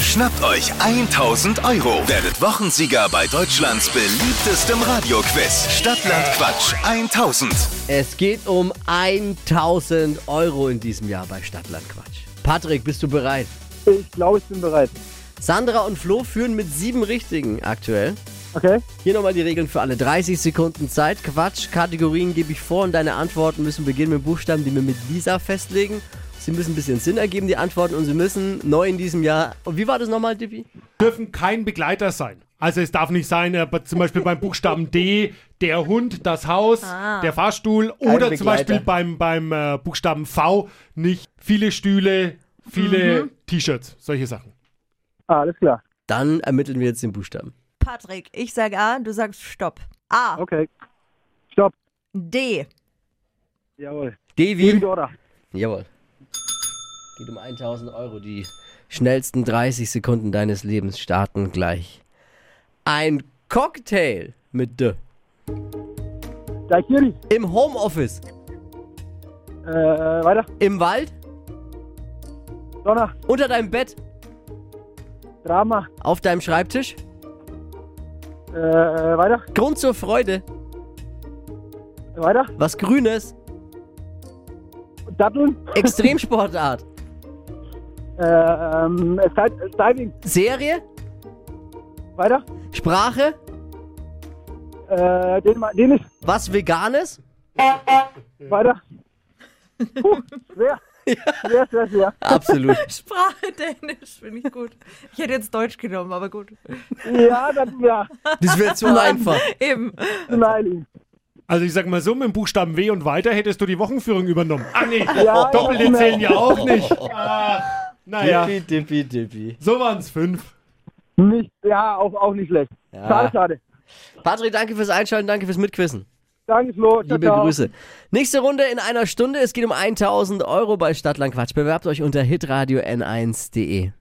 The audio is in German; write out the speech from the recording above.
Schnappt euch 1000 Euro. Werdet Wochensieger bei Deutschlands beliebtestem Radioquiz. Stadtland Quatsch 1000. Es geht um 1000 Euro in diesem Jahr bei Stadtland Quatsch. Patrick, bist du bereit? Ich glaube, ich bin bereit. Sandra und Flo führen mit sieben Richtigen aktuell. Okay? Hier nochmal die Regeln für alle. 30 Sekunden Zeit, Quatsch, Kategorien gebe ich vor und deine Antworten müssen beginnen mit Buchstaben, die wir mit Lisa festlegen. Sie müssen ein bisschen Sinn ergeben, die Antworten, und sie müssen neu in diesem Jahr. Und wie war das nochmal, Dippi? dürfen kein Begleiter sein. Also es darf nicht sein, äh, zum Beispiel beim Buchstaben D, der Hund, das Haus, der Fahrstuhl oder zum Begleiter. Beispiel beim, beim äh, Buchstaben V nicht viele Stühle, viele T-Shirts, solche Sachen. Ah, alles klar. Dann ermitteln wir jetzt den Buchstaben. Patrick, ich sage A, du sagst Stopp. A, Okay. Stopp. D, Jawohl. D wie? Dora. Jawohl. Geht um 1000 Euro. Die schnellsten 30 Sekunden deines Lebens starten gleich. Ein Cocktail mit D. Daiquiri. Im Homeoffice, Äh, weiter. im Wald, Donner. unter deinem Bett, Drama. auf deinem Schreibtisch. Äh, weiter. Grund zur Freude, Weiter. was Grünes, Datteln. Extremsportart, Äh, ähm, Sky- Diving. Serie, Weiter. Sprache, Äh, Dänemark. Dänisch. was Veganes, Weiter. Puh, schwer. Schwer, schwer, schwer. absolut. Sprache Dänisch, finde ich gut. Ich hätte jetzt Deutsch genommen, aber gut. Ja, das ja. Das wird so einfach. Eben. Nein. Also ich sag mal so, mit dem Buchstaben W und weiter hättest du die Wochenführung übernommen. Ah nee, Ja, doppelte ja. zählen ja auch nicht. Ach, naja, Dippi, dippi, dippi. so waren es fünf. Nicht, ja, auch, auch nicht schlecht. Schade, schade. Patrick, danke fürs Einschalten, danke fürs Mitquissen. Danke, Flo. Ciao, Liebe ciao. Grüße. Nächste Runde in einer Stunde. Es geht um 1000 Euro bei Stadtland Quatsch. Bewerbt euch unter hitradio n1.de.